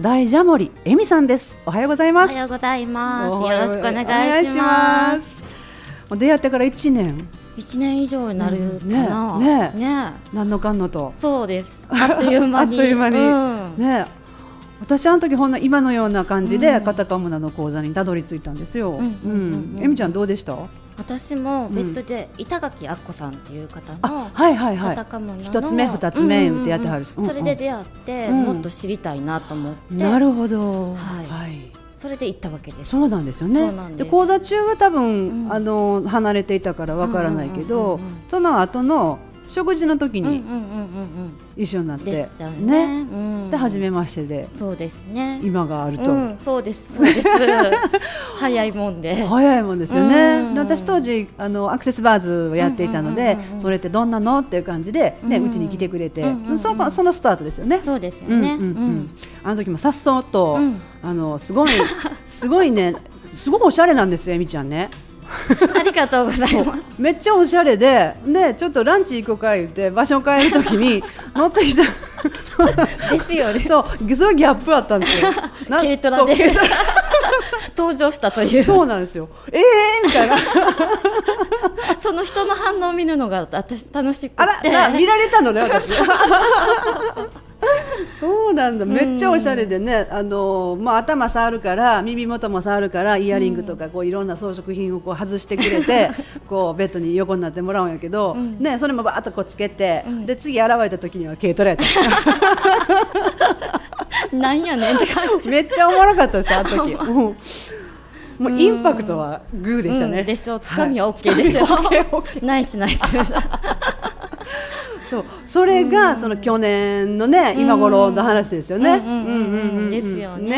大蛇森恵美さんですおはようございおますはようございます。およはよろうしくお願いします。すもう出会ってから一年一年以上になるかな。うんねえね何のかんのとそうです。あっという間に。 あっという間にんね私あの時ほんの今のような感じうでんカタカムナの講座にたどり着いたんですよ。ううんうんうんうんん恵美ちゃんどうでした？私も別で板垣あっこさんっていう方あの。はいはいはカいタ。カムナの一つ目二つ目うんうんう言っんてやってはるしうんうんそれで出会って、うんもっと知りたいなと思ってなるほど。はいはい。それで行ったわけですそうなんですよね。そうなんです講座中は多分、うんあの離れていたからわからないけど、うんうんうんうんその後の食事の時うんうんうんにうん一緒になっ、うんでしてたよねうんで初めましてでそうですね今があると、うんそうです そうです早いもんで早いもんですようね。んで私当時あのアクセスバーズをやっていたので、うんうんうんうんそれってどんなのっていう感じでねうんうち、に来てくれて、うんうんうんそこそのスタートですよね。そうですようんうんねうんあの時もさっそうと、うんあのすごいすごいねすごくおしゃれなんですよえみちゃんね。ありがとうございますめっちゃおしゃれで、でちょっとランチ行こうか言って場所を変えるとき に乗ってきた。ですよね。そう、そのギャップあったん ですよ。な軽トラでそう軽トラ登場したという。そそうなんですよ。ええー、みたいな。の人の反応を見るのが私楽しくて。あら、な見られた のね私。 そうなんだ。めっちゃおしゃれでね、あのまあ頭触るから、耳元も触るから、イヤリングとかこういろんな装飾品をこう外してくれ て、こうベッドに横になってもらうんやけど、んねそれもバーっとこうつけて、うんで次現れた時には軽トラや った。なんやねんって感じ。めっちゃおもろかったですあの時。うんもうインパクトはグーでしたね。うんでしょう。つかみは OK ですよ。はい OK ナイスナイス。 そう、それがその去年のね、今頃の話ですよね。うんうんうんうんですよね。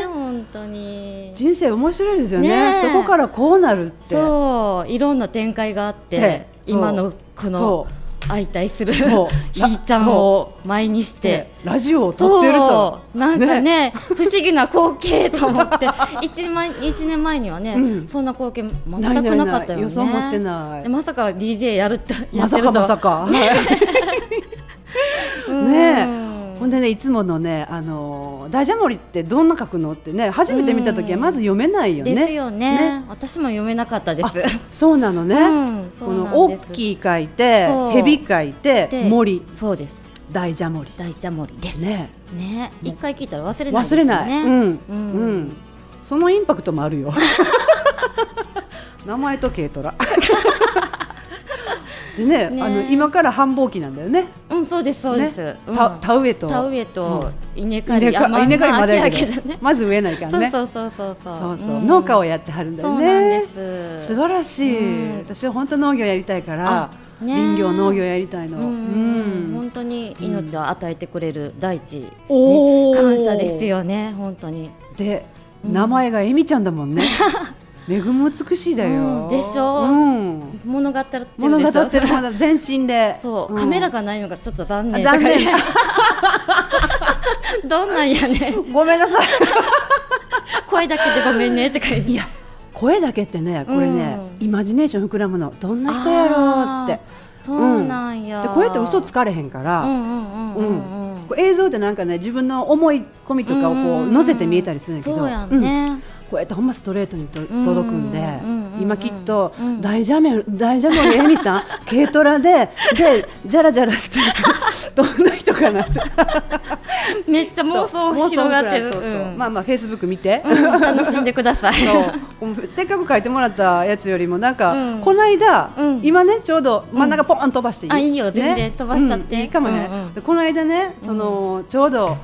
ね本当に。人生面白いですよね。ねそこからこうなるって。そう、いろんな展開があっでて、そう今のこのそ相対するそう ひーちゃんを前にしてで。ラジオを撮ってると。そうなんかね。不思議な光景と 思って一前一年前にはね、うんそんな光景全ないなくいなないかったよね予想もしてないでまさか DJ やるってまやってさるとかまさか。うんねえ、 ほんでねいつものねあのー大蛇森ってどんな書くのってね初めて見た時はまず読めないよね。ですよね私も読めなかったですあそうなのね、うんそこうなんですの大きい書いてそう蛇書いてで森そうです大蛇森大蛇森ですねね一回聞いたら忘れないです忘よれねない、うんううんんそのインパクトもあるよ名前と軽ト ラでねねあの今から繁忙期なんだよねうんそうですそうです、ねうんた田植えと田植えと稲刈り稲あまあ刈稲刈りまだやけどまあ秋やけどねまず植えないからねそうそうそうそうそうそう、ん農家をやってはるんだそようなねんです素晴らしい、うん私は本当農業やりたいから、あねえ林業農業やりたいの、うんうん本当に命を与えてくれる大地におー感謝ですよね本当にで、うん名前がエミちゃんだも んね恵む美しいだよ、うんでしょうん、物語ってるでしょ物語ってるまだ全身でそう、んカメラがないのがちょっと残あ念とか残ね念 どんなんやね んごめんなさい声だけでごめんねとか言っていや声だけってねこれね、イマジネーション膨らむのどんな人やろうってそうなんや、でこれって嘘つかれへんから、うんうんうんうんうんこう映像ってなんかね自分の思い込みとかをうんこうんううん載せて見えたりするんやけど、そうやうんね、こうやってほんまストレートにとん届くんで、うんうん今きっとうん大ジャメ大ジャメのエミさん 軽トラででじゃらじゃらしてるどんな人かなってめっちゃ妄そ想う妄想広がってるそうそう、うんまあまあフェイスブック見て、うん楽しんでくださいそう せっかく書いてもらったやつよりもなんか、うんこないだ、うん今ねちょうど真ん中ポン飛ばしていい、あいいよ全然ね飛ばしちゃってうんいいかもね、うんうんでこの間ねその、ちょうど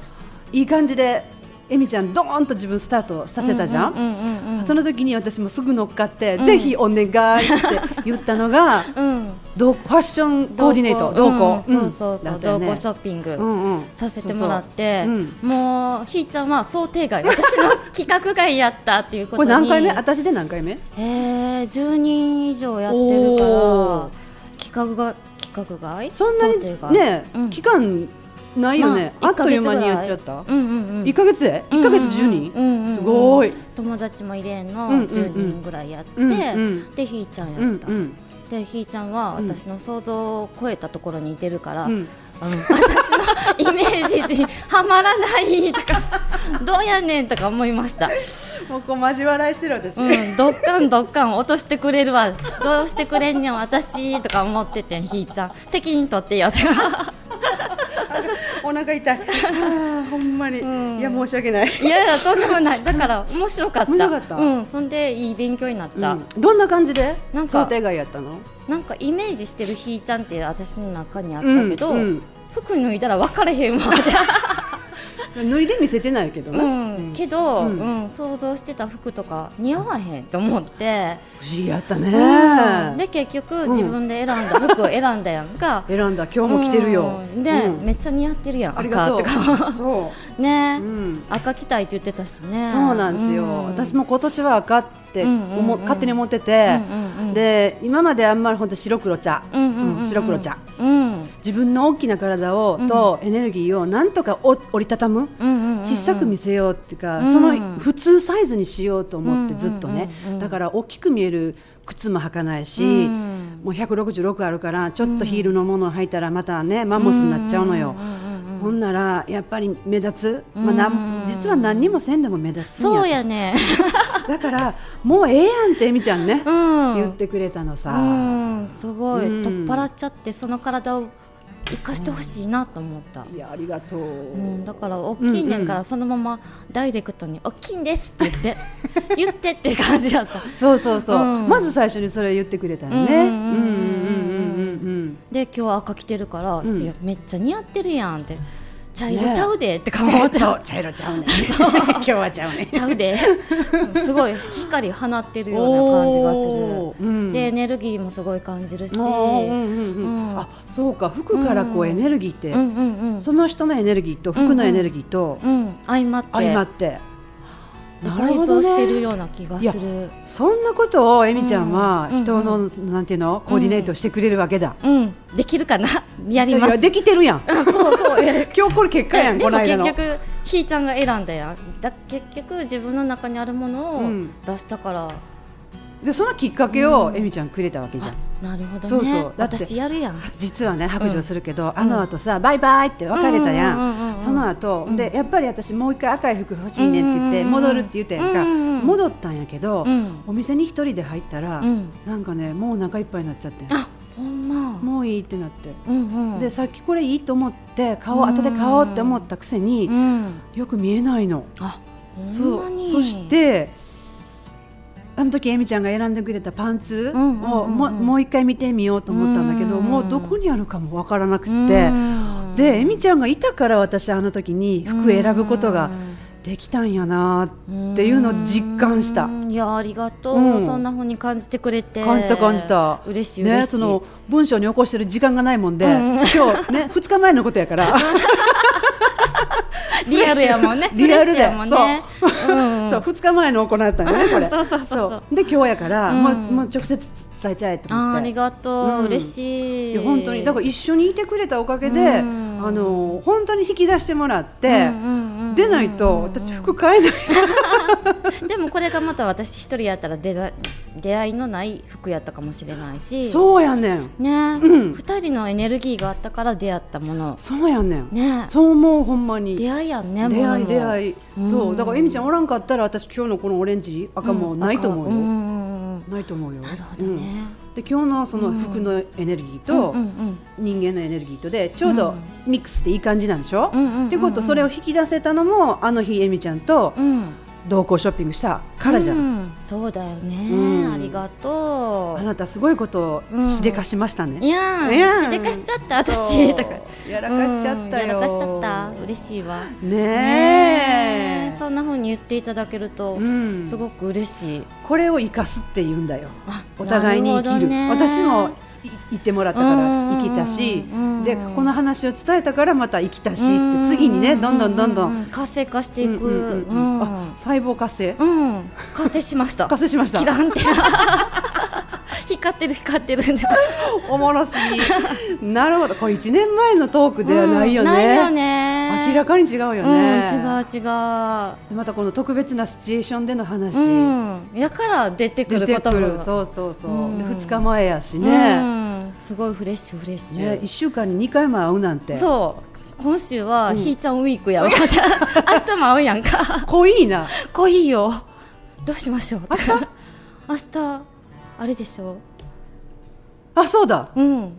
いい感じでえみちゃんドーンと自分スタートさせたじゃん,、うんうんうんうんその時に私もすぐ乗っかって、ぜひお願いって言ったの がうんどうファッションコーディネート同行、うんんそうそうだそっうたよ同ね行ショッピング、うんうんさせてもらって、そうそうもうひーちゃんは想定外私の企画外やったっていうこことれ何に回目私で何回目えー、10人以上やってるかおーら企画が企画外そんなに想定外ね、うん期間ないよね、まあ、あっという間にやっちゃったうんうんうん一ヶ月で一ヶ月十人、うんうんうんすごい、友達も入れんうのんうんうん10人ぐらいやって、うんうんでひーちゃんやうんうった、んでひーちゃんはうん私の想像を超えたところにいてるから、うん、あの私のイメージにはまらないとかどどうやねんとか思いましたもうこう交笑いしてる私、うん、どっかんどっかん落としてくれるわどうしてくれんねん私とか思っててんひーちゃん責任取ってよ とかお腹痛いあーほんまに、いや申し訳ない、いやいやとんでもないだから面白かった面白かったうん、そんでいい勉強になっうた、ん、どんな感じでなんか想定外やったのなんかイメージしてるひーちゃんって私の中にあったけど、うんうん服脱いだら分かれへんわ 脱いで見せてないけどうね、ん、けど、ううんん想像してた服とか似合わへんと思って、不思議やったね、うんで結局ん自分で選んだ服を選んだやんか選んだ今日も着てるよ、うんで、うんめっちゃ似合ってるやんありがと赤とかうそね、う、うん、赤着たいって言ってたしねそうなんですよ、うん私も今年は赤ってうんうん思ううん勝手に思ってて、うんうんで今まであんまり本当白黒茶、うんうんうんうん白黒茶うんうん自分の大きな体を、とエネルギーをなんとかお折りたたむ、うんうん小さく見せようっていうか、うんその普通サイズにしようと思ってうんずっとね、うんうんだから大きく見える靴も履かないし、うんもう166あるからちょっとヒールのものを履いたらまたねマンモスになっちゃうのよ、うんうんうんほんならやっぱり目立つ、まあ、なんうん実は何にもせんでも目立つんやそう やねだからもうええやんってえみちゃんね、うん言ってくれたのさ、うんすごい、うん取っ払っちゃってその体を生かしてほしいなと思った、いやありがとう、うん、だから大きいねんから、うんそのままダイレクトに「大きいんです」って 言って言ってって感じだったそうそうそう、うんまず最初にそれ言ってくれたのねうんうんうんうんうんうんで今日赤着てるから、んいやめっちゃ似合ってるやんって茶ね色ちゃうでってか思ってた、そう茶色ちゃう ね今日はちゃうねちゃうですごい光放ってるような感じがおすーる、うんでエネルギーもすごい感じるし、あーうんうんうんうんあそうか服からこうエネルギーって、うんうんうんその人のエネルギーと服のエネルギーとうん相まって相まって、なるバイほブどをしてるねような気がいやするそんなことをえみちゃんはうん人の、なんていうのコーディネートしてくれるわけだ、うんできるかなやりいますやできてるやんそう そういや今日これ結果やん でこのも間結の局ひーちゃんが選んだやんだ結局自分の中にあるものうをん出したから、でそのきっかけをうんえみちゃんくれたわけじゃん、なるほどねそうそうだって私やるやん実はね白状するけど、あの後さ、バイバイって別れたやん,、うんうんうんうんその後、でやっぱり私もう一回赤い服欲しいねって言って、うんうんうん戻るって言ったやんか、うんうんうん戻ったんやけど、うんお店に一人で入ったら、うんなんかねもうお腹いっぱいになっちゃってあほんまもういいってなって、うんうんでさっきこれいいと思って買おううん後で買おうって思ったくせに、うんよく見えないの。あほんそまうにそしてあの時えみちゃんが選んでくれたパンツをうんうんうんもうもう一回見てみようと思ったんだけど、うんもうどこにあるかもわからなくうんて、でえみちゃんがいたから私あの時に服選ぶことができたんやなっていうのを実感したうんいやありがとう、うんそんな風に感じてくれて感じた感じた、嬉しい嬉しい、ね、その文章に起こしてる時間がないもんで、うんうん今日ね2日前 のことやから リアルやもんねリアルフレッシュでやもんねそう、ん、そう2日前の行ったんよねこれ そうそうそうそうそうで今日やから、うんもうもう直接伝えちゃえと思あーってありがとう、うん嬉しいいや本当にだから一緒にいてくれたおかげで、うんあの本当に引き出してもらって、うんうんうんうんでないと私服買えない、でもこれがまた私一人やったら出な出会いのない服やったかもしれない しそうやねんね二、うん人のエネルギーがあったから出会ったものそうやねんねそう思うほんまに出会いやんね出もの会いも出会い、そううんだからえみちゃんおらんかったら私今日のこのオレンジ赤もないと思うよ、んんうんないと思うよなるほどねうんで今日のその服のエネルギーとうんうん人間のエネルギーとでちょうどミックスでいい感じなんでしょ、うんうんうんうんってことそれを引き出せたのもあの日えみちゃんとうんうん同行ショッピングしたからじゃん、うんそうだよね、うんありがあとなたすごいことをしでかしましたね、ういやいやーーしでかしちゃったそう私とかやらかしちゃったよ、うんやらかしちゃった嬉しいわねねええそんな風に言っていただけると、うんすごく嬉しいこれを生かすって言うんだよあお互いに生なきほどるね私もい行ってもらったからうん生きたしうんでこの話を伝えたからまた生きたしって次にねどんどんどんどうんう活性化していうんくううんんうんうんあ細胞活性うん活性しました活性しま したキランって光ってる光ってるおもろす ぎなるほどこれ1年前のトークではないよね,、うんないよね明らかに違うよね、うん違う違うでまたこの特別なシチュエーションでの話、うん、やから出てく出るてことくもるそうそうそう、うんで2日前やしね,、うん、すごいフレッシュフレッシねュ、 1週間に2回も会うなんてそう今週はひーちゃんウィークやわ、 また明日も会うや んか濃いな濃いよどうしましょう明日 明日あれでしょあそうだううん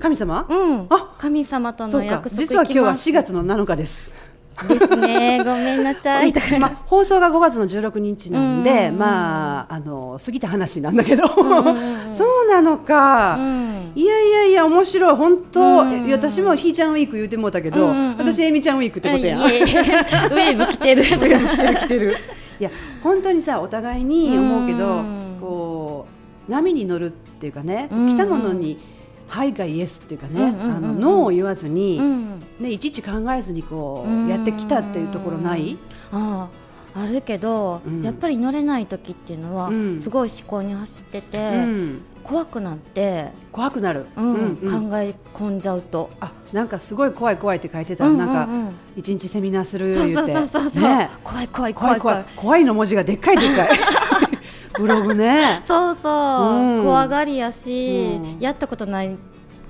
神様、うんあ神様とそのうか約束実は今日は4行月の7日ですきますですねごめんなちゃいとか、 まあ、放送が5月の16日なんうんうんで、うんまああの過ぎた話なんだけど そうなのか、うんいやいやいや面白い本当、うんいや私もひーちゃんウィーク言うてもうたけど、うんうんうん私えみちゃんウィークってことやん。 いえいえウェーブ着てるとか来てる来てるいや本当にさお互いに思うけどうんこう波に乗るっていうかねうんうん来たものに「はい」が「イエス」っていうかね、うんうんうんうんあのノーを言わずに、うんね、いちいち考えずにこうんうやってきたっていうところない、あああるけど、うんやっぱり乗れない時っていうのは、うんすごい思考に走ってて、うん怖くなって、怖くなる、うんうん考え込んじゃうと。あなんかすごい怖い怖いって書いてた、ううなんかう一日セミナーするそう言そうてそうそうそう、ね怖い怖い怖怖い怖い怖いい怖いの文字がでっかいでっ かいブログねそうそう、うん怖がりやし、うんやったことない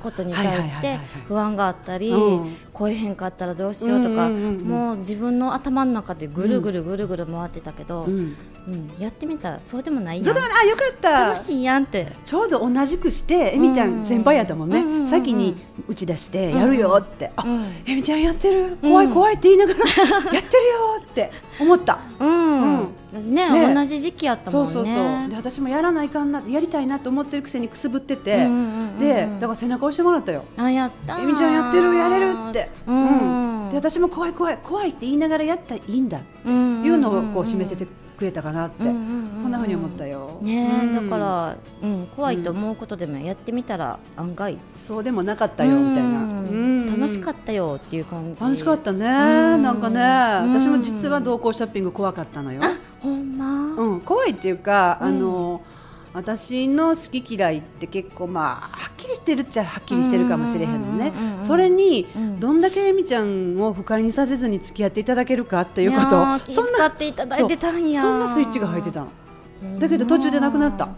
ことに対しはいはいはいてはいはい不安があったり、うん声変化あったらどうしようとか、うんうんうんうんもう自分の頭の中でぐるぐるぐるぐる回ってたけど、ううんんやってみたらそうでもないどやうんでもないあよかった楽しいやんってちょうど同じくしてえみちゃうんん先輩やったもんうんうんうんうねん先に打ち出してやるよってあうんえみちゃんやってるうん怖い怖いって言いながらやってるよって思ったうん、ねね同じ時期やったそもんうねそうそうで私もやらないかんなやりたいなと思ってるくせにくすぶっててうんうんうんうんでだから背中押してもらったよあやったーえみちゃんやってるやれるってうん、で私も怖い怖い怖いって言いながらやったらいいんだってうんいうのをこう示せてくれたかなってうんそうんうんうんんな風に思ったよねえ、うんだから、うん、怖いと思うことでもやってみたら案外そうでもなかったよみたいなうんうん楽しかったよっていう感じ楽しかったね、んなんかね、うん私も実は同行ショッピング怖かったのよ。あほんま、うん、怖いっていうか、うんあの私の好き嫌いって結構まあはっきりしてるっちゃはっきりしてるかもしれへんのねうんうんうんうんうんそれに、うんどんだけえみちゃんを不快にさせずに付き合っていただけるかっていいうこやーと気そん使なっていただいてたんやそうそんなスイッチが入ってたの、だけどほ途んま中でなくなった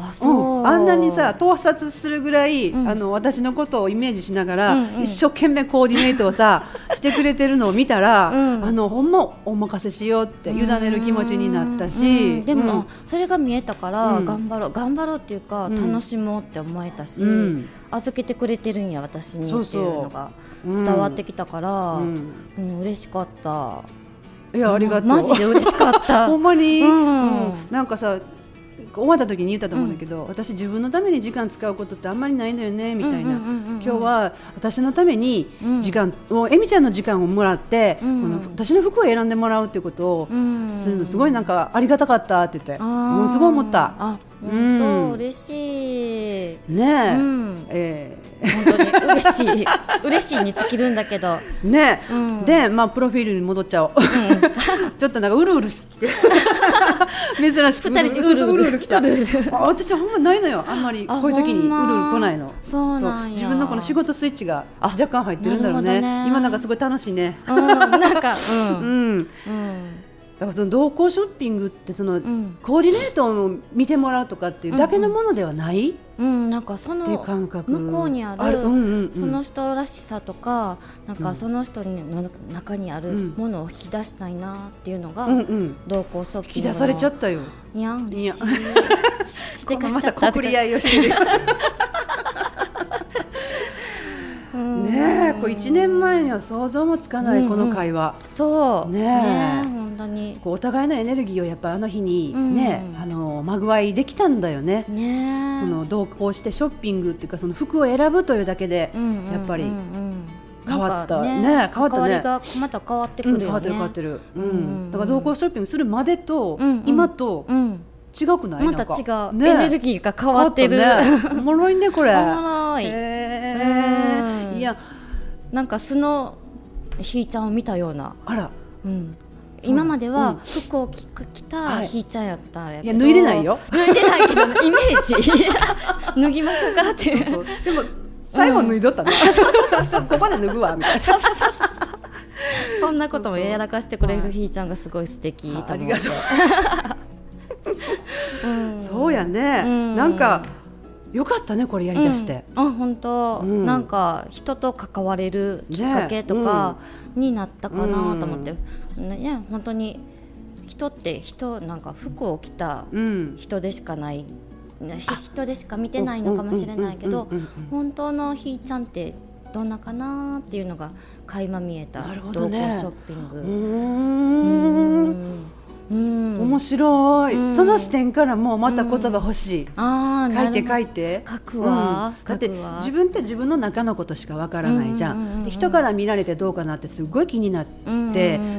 あそう、うん、あんなにさ盗撮するぐらい、うんあの私のことをイメージしながら、うんうん一生懸命コーディネートを さしてくれてるのを見たら、うんあのほんまお任せしようって委ねる気持ちになったうんうしんでも、うんあそれが見えたから、うん頑張ろう頑張ろうっていうか、うん楽しもうって思えたし、うん預けてくれてるんや私にそうってそいううのが伝わってきたから、ううんん嬉しかったいやありがとうマジで嬉しかっ たほんまに、ううんんなんかさ終わった時に言ったと思うんだけど、私自分のために時間使うことってあんまりないのよねみたいな、うんうんうんうんうん今日は私のためにうん時間を、えみちゃんの時間をもらって、うんこの私の服を選んでもらうっていうことをうんするのすごいなんかありがたかったって言って、あーもうすごい思ったあうん本当嬉しい、ねうえ、ん、え本当に嬉しい嬉しいに尽きるんだけど、ーねえ、うんでまあプロフィールに戻っちゃおう、 ちょっとなんかうるうるして 珍しく二人でうるうるうる来 たうるうるあ私ほんまないのよあんまりあこういう時にうほんるまうる来ないのそうなんや自分のこの仕事スイッチがあ若干入ってるんだろうねなるほどね今なんかすごい楽しいねうん、なんか、う、うんんだうん、からその同行ショッピングってその、んコーディネートを見てもらうとかっていうだけのものではない、うん、なんかそっていうの感覚向こうにあるあるうんうんうんその人らしさとか、なんうかんその人の中にあるうんものを引き出したいなっていうのが、うんうん同行ショッ引ピきング出のされちゃったよ。いや嬉しいいしでこかのしまちゃたこったとぶかり合いをしてる。 うんねえ、こう一年前には想像もつかなういんうんこの会話。そうねえ本当にこうお互いのエネルギーをやっぱあの日にうんね、あのまぐわいできたんだよね。ねえこの同行してショッピングっていうかその服を選ぶというだけで、うんうんうんうんやっぱりなんか変わったね変わったね関わりがまた変わってくうるよんね変わってる変わってる。ううんうんうんん。だから同行ショッピングするまでとうんうん今とうん違くない？まなんかた違う、ねエネルギーが変わってる、変わ ったねおもろいねこれ。おもろいへうえんいやなんか素のひーちゃんを見たような、あら。うん、そう今までうはん服を着着たはいひーちゃんやったんやいけやど脱いでないよ。脱いでないけどねイメ ージ脱ぎましょうかっていうそうでも最後脱いどったね。 ここで脱ぐわみたいな。そんなこともやらかしてくれるひーちゃんがすごい素敵とあり思うがとう。うんそうやね、うんなんかよかったねこれやりだして、うん、あ本当、うんなんか人と関われるきっかけとかになったかなと思って、ねいや本当に人って人なんか服を着たうん人でしかない、ねし人でしか見てないのかもしれないけどうんうんうんうんうん本当のひーちゃんってどんなかなっていうのが垣間見えたなるほ同ど行シねョッピうング。ーんうん面白い、うんその視点からもうまた言葉欲しい、あーな書るいほてど書いて書くわうんだって書くわ自分って自分の中のことしかわからないじゃん,、うんうんうんうんで人から見られてどうかなってすごい気になってうんうん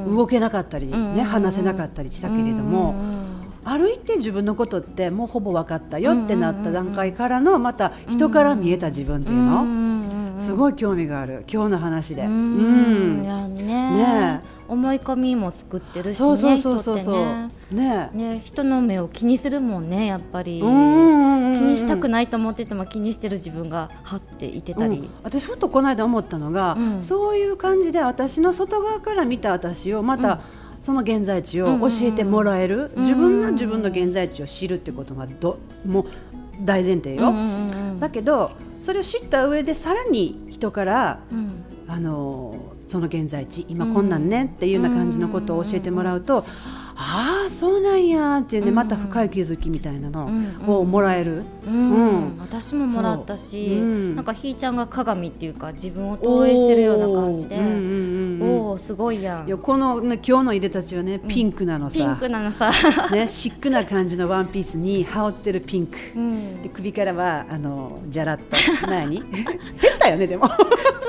うん動けなかったり、ねんうんうん話せなかったりしたけれども、うんうんうん歩いて自分のことってもうほぼ分かったよってなった段階からのまた人から見えた自分っていうの、すいごい興味がある今日の話で。ううんんいやねね思い込みも作ってるしねそうそうそうそう人そっうてねねね人の目を気にするもんねやっぱりうんうんうんうん気にしたくないと思ってても気にしてる自分がはっていてたうんり、私ふとこの間思ったのが、うんそういう感じで私の外側から見た私をまた、その現在地を教えてもらえる、うん自分の自分の現在地を知るってことがどもう大前提うんうよ、んうんだけどそれを知った上でさらに人からうんあのーその現在地今こんなんねっていうような感じのことを教えてもらうと、ああそうなんやっていうねまた深い気づきみたいなのをもらえる、うんうん私ももらったし、そううんなんかひーちゃんが鏡っていうか自分を投影してるような感じで、おーうんうんうんうんおおすごいやんいやこの、ね、今日のいでたちはねピンクなのピンさ、クなのさ、ね、シックな感じのワンピースに羽織ってるピンク、うん、 で首からはあのじゃらっ と何変だよねでもちょっ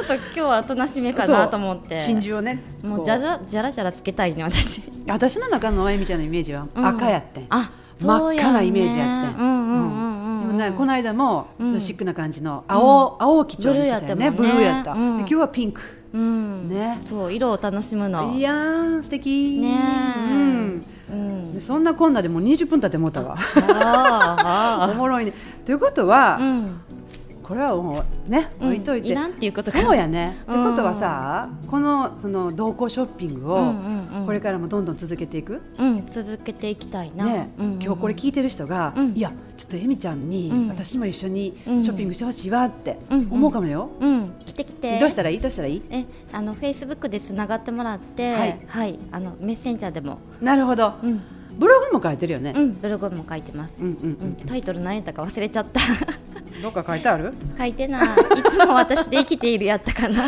と今日はおとなしめかなと思ってそう真珠をねもこうじゃじゃじゃらじゃらつけたいね私、私の中のあゆみちゃんのイメージはうん赤やってん、あ真っ赤なイメージややっっててうんうんうんうん、でもねこの間も、ちょうんっとシックな感じの青、青を基調にしてたよねブブルルーーややっ、ったたでもんね今日はピンクうんねそう色を楽しむのいやー素敵ねえうんうんでそんなこんなでもう20分経ってもうたわおあーあもろいねということは、ーうんこれはもうねうん置いといて、いらんっていうことかそうやね、うんってことはさこのその同行ショッピングうをんうんうんこれからもどんどん続けていく、うん続けていきたいな、ねうんうんうん今日これ聞いてる人が、うんいやちょっとえみちゃんに、うん私も一緒にシうんョッピングしてほしいわってうん思うかもよ、うん来て来てどうしたらいいどうしたらいいえあのフェイスブックでつながってもらってははいい、あのメッセンジャーでもなるほど、うんブログも書いてるよね、うんブログも書いてます、うん、うんうんうん、タイトル何やったか忘れちゃった どっか書いてある書いてないいつも私で生きているやったかな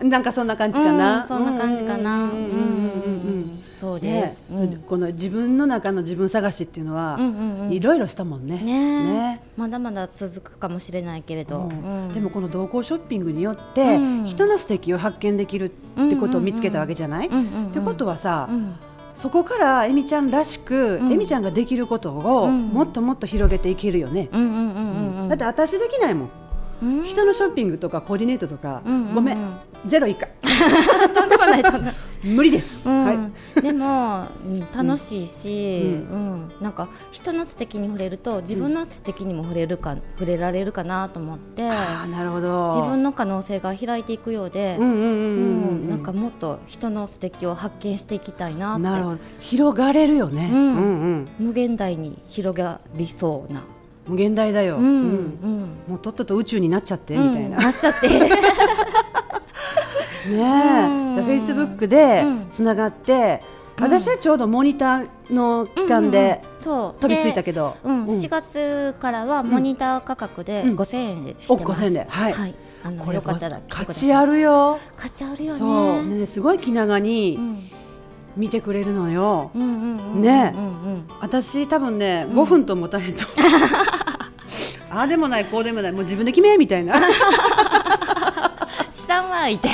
なんかそんな感じかな、うんそんな感じかなうんうんうんうんうんうんそうでねす、うんこの自分の中の自分探しっていうのは、うんうんうんいろいろしたもんね。ねえまだまだ続くかもしれないけれど、うんうんでもこの同行ショッピングによって、うん人の素敵を発見できるってことを見つけたわけじゃない、うんうんうんってことはさ、うんそこからえみちゃんらしく、うんえみちゃんができることをうんもっともっと広げていけるよね、うんうんうんうんうんだって私できないもん、うん人のショッピングとかコーディネートとか、うんうんうんごめんゼロ以下とんでもないとんでもない無理です、うんはい、でも、うん楽しいし、ううんなんか人の素敵に触れると自分の素敵にも触れるか、触れられるかなと思ってああなるほど自分の可能性が開いていくようで、ううんんうんうんうんうんなんかもっと人の素敵を発見していきたいなってなるほど広がれるよね、うんうんうん無限大に広がりそうな、無限大だよ、うんうんうんもうとっとと宇宙になっちゃって、うんみ たいなねなっちゃってえ、じゃあフェイスブックでうんつながって、私はちょうどモニターの期間でそう飛びついたけけど、ううん、ん4月からはモニター価格でうん5000円でしてます、お5000円ではいあのこれよかったら来てく価ださい値あるよ価値あるよねそうねすごい気長にうん見てくれるのよ、うんうんうんうんねうんうん私多分ね5分ともたへんと 思う、ああでもないこうでもないもう自分で決めみたいな知らんわいて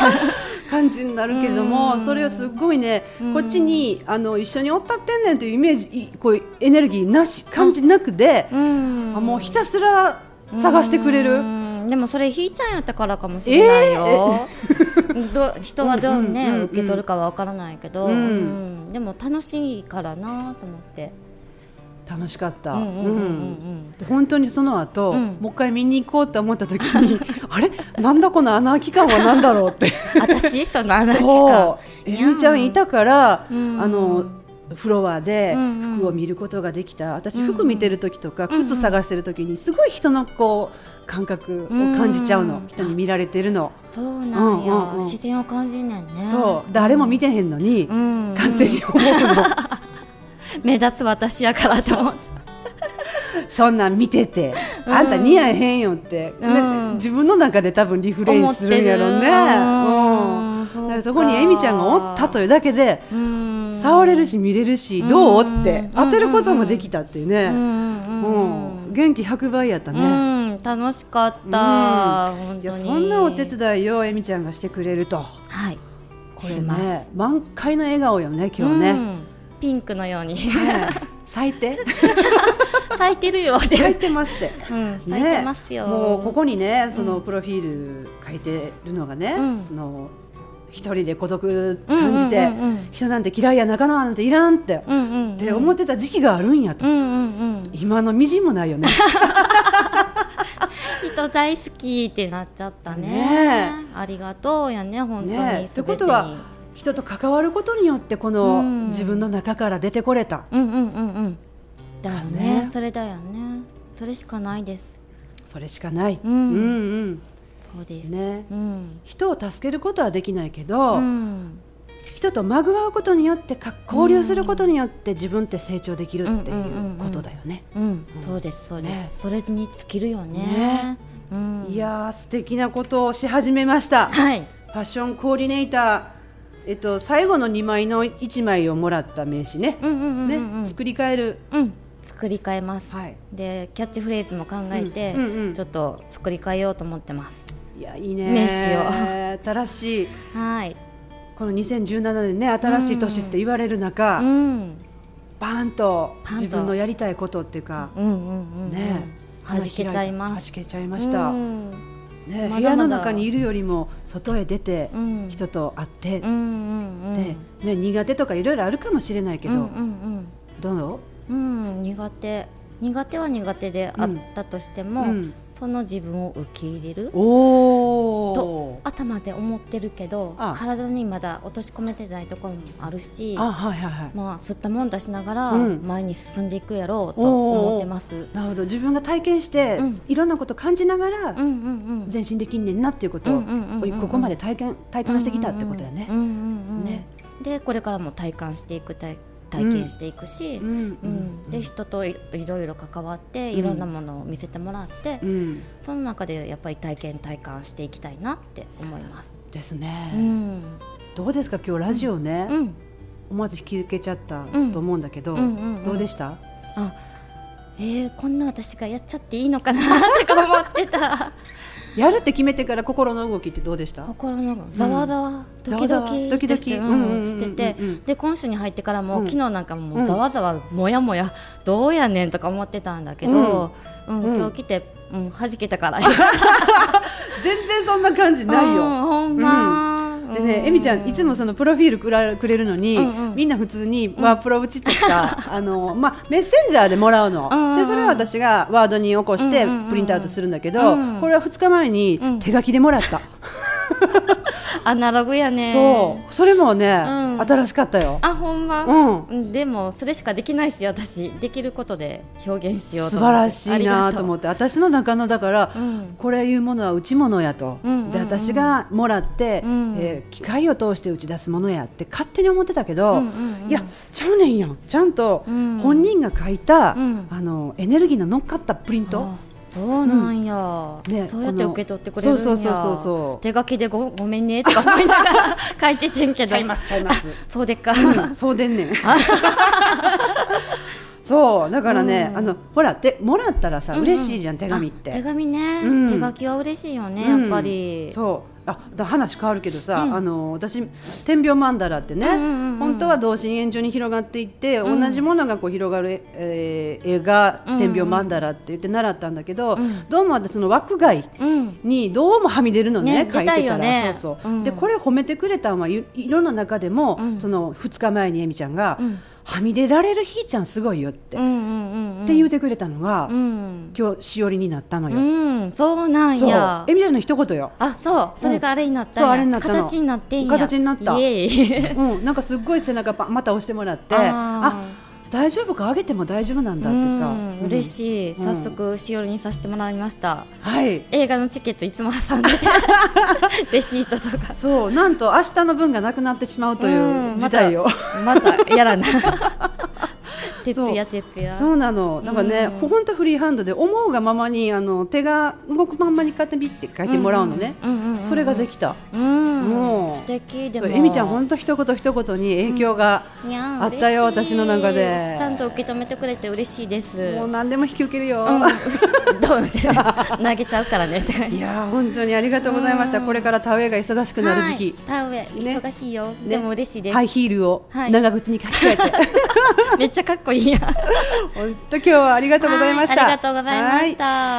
感じになるけども、うんそれをすっごいね、うんこっちにあの一緒におったってんねんというイメージいこういうエネルギーなし感じなくで、うんあもうひたすら探してくれる、うんでもそれひいちゃんやったからかもしれないよ、ど人はどうね、うんうんうんうん受け取るかは分からないけど、うんうんでも楽しいからなと思って楽しかった。うんうんうんうんうんで本当にその後、うんもう一回見に行こうと思った時 にあれなんだこの穴あき感はなんだろうって私その穴か そうえいやみちゃんいたから、うんあのフロアでうんうん服を見ることができた、私うんうん服見てる時とかうんうん靴探してる時にすごい人のこう感覚を感じちゃうの、うん人に見られてるの、そうなんや、うんうんうん自然を感じんねんねそう誰も見てへんのに、うん、勝手に思うの、目立つ私やからと思っちゃそんなん見ててうんあんた似合えへんよって、ねうん自分の中で多分リフうレイ思ンっすてるんやろうね。うんうんだそからそこにエミちゃんがおったというだけでうん触れるし見れるしどううんって当てることもできたっていううんうね、んううんん、元気100倍やったね。うん、楽しかった、本当にいやそんなお手伝いをえみちゃんがしてくれるとはいこしれます、ね満開の笑顔よね今日うね、んピンクのように ね咲いて咲いてるよっ咲いて、てますって。うん、ね咲いてますよ、もうここにねそのうんプロフィール書いてるのがね、うんあの一人で孤独うんうんうんうん感じて、人なんて嫌いや仲間なんていらんって、うんうんうんって思ってた時期があるんやと、うんうんうん今のみじんもないよね人大好きってなっちゃったねねありがとうやね 本当に、ねえ全ってことは人と関わることによってこのうん自分の中から出てこれた、うんうんうんうんだよねねそれだよねそれしかないですそれしかない、ううんん、うんそうです、ねうん人を助けることはできないけど、うん人とまぐわうことによってか交流することによって自分って成長できるっていうことだよね。うん、そうですそうです、ねそれに尽きるよねねうん、いやー素敵なことをし始めました。フはいァッションコーディネーター、えっと、最後の2枚の1枚をもらった名刺ね,、うんうんうんうん、ね作り変える、うん作り変えます、はい、でキャッチフレーズも考えて、うんうんうんちょっと作り変えようと思ってますいやいいね名刺新しいはいこの2017年ね新しい年って言われる中、うんバーンとパンと自分のやりたいことっていうか、うんうんうんうんね弾けちゃいまはすじけちゃいました、うんね、まだまだ部屋の中にいるよりも外へ出てうん人と会って、うんうんうんでね、苦手とかいろいろあるかもしれないけど、うんうんどううん、うん、苦手苦手は苦手であったとしても、うんその自分を受け入れるおとお頭で思ってるけどあ体にまだ落とし込めてないところもあるしあはいはいはい、まあ吸ったもんだしながらうん前に進んでいくやろうと思ってます、なるほど自分が体験して、うんいろんなこと感じながら、うんうんうん前進できんねんなっていうことを、うんうんうんうんうんここまで体験体感してきたってことだよねう。んうんうんうんねでこれからも体感していく体体験していくし、うんんで人といいろいろ関わっていろんなものを見せてもらって、うんその中でやっぱり体験体感していきたいなって思います。ですね、うん、どうですか今日ラジオね、うん、思わず引き受けちゃったうんと思うんだけど、うんうんうんどうでした、あえー、こんな私がやっちゃっていいのかなとか思って たやるって決めてから心の動きってどうでした心のざわざわドキざドわざキわドキドキしてうんうんうんううんんしててうんうんで今週に入ってからも、うん昨日なんかもううんざわざわもやもやどうやねんとか思ってたんだけど、うんうん今日来て、うん、弾け たから全然そんな感じないよ、うん、ほんま、でね、えみちゃんいつもそのプロフィールくらくれるのに、うんうんみんな普通にワープロ打ちってか、 あのまあ、メッセンジャーでもらうの、うんうんうんでそれは私がワードに起こしてうんうんうんプリントアウトするんだけど、うんこれは2日前にうん手書きでもらった、 アナログやねそうそれもね、ん新しかったよあほんま、うんうんでもそれしかできないし私できることで表現しよ素うと晴思っらてしいなと思っって私の中のだから、うんこれいうものは打ち物やと、うんうんうんで私がもらって、うんえー機械を通して打ち出すものやって勝手に思ってたけど、うんうんうんいやちゃうねんやんちゃんとうん本人が書いた、うんあのエネルギーの乗っかったプリントあそうなんや、うんねそうやってこの受け取ってくれるんやそうそうそうそうそう手書きでごごめんねとか思いながら書いててんけ ちどゃいますちゃいます、そうでっか、うんそうでんねん そうだからね、うんあのほらでもらったらさ、うんうん嬉しいじゃん手紙っあ手て。紙ね、うん手書きは嬉しいよね、うんやっぱりそうあだ話変わるけどさ、うんあの私天秤曼荼羅ってね、うんうんうん本当は同心円状に広がっていって、うん同じものがこう広がる、えー絵がうんうん天秤曼荼羅って言って習ったんだけど、うんどうも私の枠外うんにどうもはみ出るのねね書いてた出たらよねそうそう、うんでこれ褒めてくれたのはいいろんな中でも、うんその2日前にえみちゃんが、うんはみ出られるひーちゃんすごいよって、うっんうんうんうんて言うてくれたのが、うん今日しおりになったのよ、うんそうなんそうやえみちゃんの一言よ、あそうそれがあれになったんそやうあれになったの形になってんや形になったイエーイうん、なんかすっごい背中パンまた押してもらって あーあ大丈夫か上げても大丈夫なんだっていうか、うんうん嬉しいうん早速しおりにさせてもらいました、はい映画のチケットいつも挟 んでてレシートとかそうなんと明日の分がなくなってしまうという事態を、また やらな徹夜徹夜そうなのだからね、うんほんとフリーハンドで思うがままにあの手が動くまんまにこうやってビッて書いてもらうのね、んんんんんそれができた、うんもう素敵でそもうえみちゃん本当一言一言に影響が、いやーあったよ嬉私しいの中でちゃんと受け止めてくれて嬉しいですもう何でも引き受けるよ、うん、 どうなってる投げちゃうからねって感いやー本当にありがとうございました、うんこれから田植えが忙しくなる時期、田植えね忙しいよ、ねでも嬉しいです、はい、ヒールをはい長靴に書き換えて、めっちゃかっこいいやあり本当今日はありがとうございました。ありがとうございました